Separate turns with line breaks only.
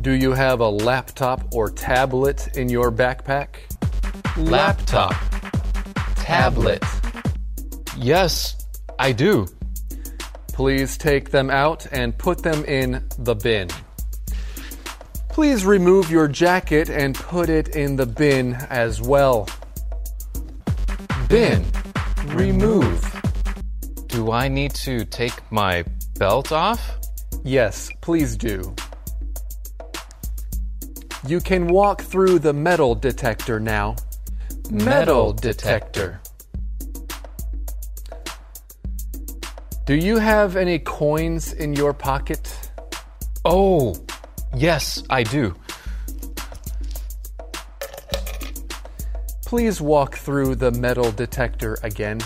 Do you have a laptop or tablet in your backpack?
Laptop. Tablet. Yes, I do.
Please take them out and put them in the bin. Please remove your jacket and put it in the bin as well.
Bin.
Remove.
Do I need to take my belt off?
Yes, please do. You can walk through the metal detector now. Do you have any coins in your pocket?
Oh, yes, I do.
Please walk through the metal detector again.